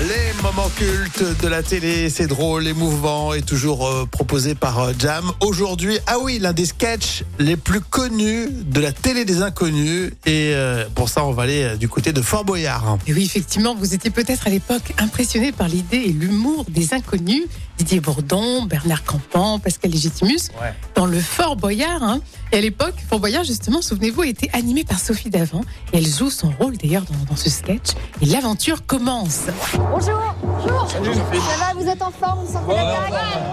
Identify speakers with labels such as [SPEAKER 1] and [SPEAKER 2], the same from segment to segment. [SPEAKER 1] Les moments cultes de la télé, c'est drôle, émouvant et toujours euh, proposé par euh, Jam. Aujourd'hui, ah oui, l'un des sketchs les plus connus de la télé des inconnus. Et euh, pour ça, on va aller euh, du côté de Fort Boyard.
[SPEAKER 2] Et oui, effectivement, vous étiez peut-être à l'époque impressionné par l'idée et l'humour des inconnus, Didier Bourdon, Bernard Campan, Pascal Légitimus,
[SPEAKER 1] Ouais.
[SPEAKER 2] dans le Fort Boyard. hein. Et à l'époque, Fort Boyard, justement, souvenez-vous, était animé par Sophie Davant. Et elle joue son rôle d'ailleurs dans, dans ce sketch. Et l'aventure commence.
[SPEAKER 3] Bonjour. Bonjour. Ça va, vous êtes en forme Vous sentez la gare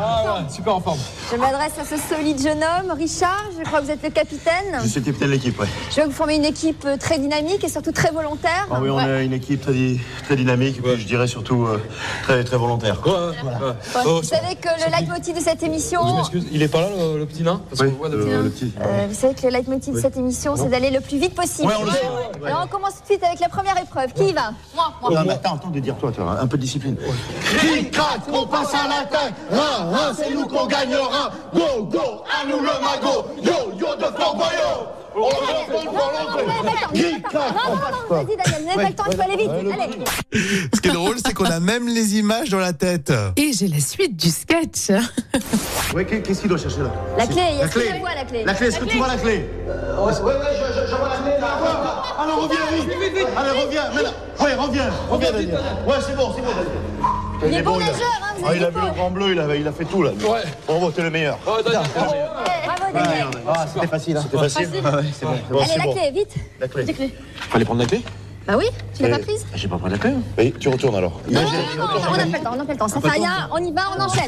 [SPEAKER 4] Ah, super en forme.
[SPEAKER 3] Je m'adresse à ce solide jeune homme, Richard. Je crois que vous êtes le capitaine.
[SPEAKER 4] Je suis capitaine de l'équipe, ouais.
[SPEAKER 3] Je vois que vous formez une équipe euh, très dynamique et surtout très volontaire.
[SPEAKER 4] Ah oui, on
[SPEAKER 3] Ouais.
[SPEAKER 4] a une équipe très, di- très dynamique, et puis je dirais surtout euh, très, très volontaire. Voilà.
[SPEAKER 3] Ouais.
[SPEAKER 4] Oh,
[SPEAKER 3] vous savez que le leitmotiv de cette émission,
[SPEAKER 5] il est pas là le, petit nain Parce
[SPEAKER 4] Oui, euh, le petit.
[SPEAKER 3] euh, vous savez que le leitmotiv de cette émission, c'est d'aller le plus vite possible.
[SPEAKER 4] Ouais, on le sait, ouais,
[SPEAKER 3] Alors on commence tout de suite avec la première épreuve. Qui y va Moi.
[SPEAKER 4] Non, mais attends, attends de dire toi, toi, hein, un peu de discipline.
[SPEAKER 6] on passe à l'attaque, Rin,
[SPEAKER 4] Hein,
[SPEAKER 6] rin, c'est nous qu'on gagnera. Go, go, à nous le magot, yo, yo de Fort Boyard. On va
[SPEAKER 3] Non, non, non, vous n'avez pas le temps. Non, non, non, vas-y, Daniel, vous n'avez pas le temps, il faut aller vite. Allez.
[SPEAKER 1] Ce qui est drôle, c'est qu'on a même les images dans la tête.
[SPEAKER 2] Et j'ai la suite du sketch. hein.
[SPEAKER 4] Ouais, qu'est- qu'est-ce qu'il doit chercher là
[SPEAKER 3] La clé,
[SPEAKER 4] La
[SPEAKER 3] est-ce que
[SPEAKER 4] clé.
[SPEAKER 3] je la vois, la clé
[SPEAKER 4] La clé, est-ce que tu vois la clé Allez, reviens, vite Allez, reviens, mais là Ouais, reviens, reviens, Daniel Ouais, c'est bon, c'est bon, Daniel
[SPEAKER 3] Il est bon
[SPEAKER 4] il a-
[SPEAKER 3] nageur, hein, vous
[SPEAKER 4] Ah,
[SPEAKER 3] avez
[SPEAKER 4] il a
[SPEAKER 3] dit
[SPEAKER 4] vu le
[SPEAKER 3] faux.
[SPEAKER 4] grand bleu, il a, il a fait tout là. Ouais. Bravo, t'es le meilleur.
[SPEAKER 3] Eh, Bravo, Daniel.
[SPEAKER 4] Ah, c'était facile, hein. C'était facile. Ah ouais, c'est bon, c'est bon.
[SPEAKER 3] Allez,
[SPEAKER 4] c'est
[SPEAKER 3] la
[SPEAKER 4] bon.
[SPEAKER 3] clé, vite.
[SPEAKER 4] La clé.
[SPEAKER 3] La clé.
[SPEAKER 4] Fallait prendre la clé
[SPEAKER 3] Bah oui, tu l'as
[SPEAKER 4] Eh,
[SPEAKER 3] pas prise
[SPEAKER 4] J'ai pas pris la clé. Oui, tu retournes alors.
[SPEAKER 3] Non, non, non, non, on n'a pas le temps, on n'a pas le temps. Ça sert à rien, on y va, on enchaîne.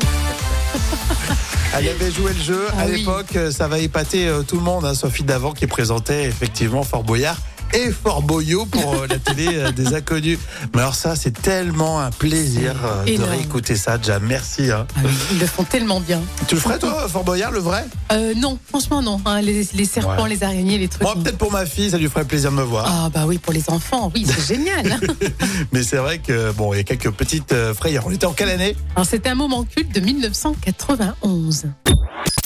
[SPEAKER 1] Elle avait joué le jeu.
[SPEAKER 2] Ah
[SPEAKER 1] à
[SPEAKER 2] oui.
[SPEAKER 1] l'époque, euh, ça va épater euh, tout le monde. hein. Sophie Davant qui présentait effectivement Fort Boyard et Fort Boyot pour euh, la télé euh, des inconnus. Mais alors ça, c'est tellement un plaisir euh, de
[SPEAKER 2] Énorme.
[SPEAKER 1] réécouter ça. Déjà, merci. hein.
[SPEAKER 2] Ah oui, ils le font tellement bien.
[SPEAKER 1] Tu le ferais toi, Oh, Fort Boyard, le vrai
[SPEAKER 2] Euh, non, franchement, non. hein. les, les serpents,
[SPEAKER 1] Ouais.
[SPEAKER 2] les araignées, les trucs.
[SPEAKER 1] Moi, peut-être pour ma fille, ça lui ferait plaisir de me voir.
[SPEAKER 2] Ah bah oui, pour les enfants, oui, c'est génial. hein.
[SPEAKER 1] Mais c'est vrai que bon, il y a quelques petites euh, frayeurs. On était en quelle année
[SPEAKER 2] Alors c'était un moment culte de 1991.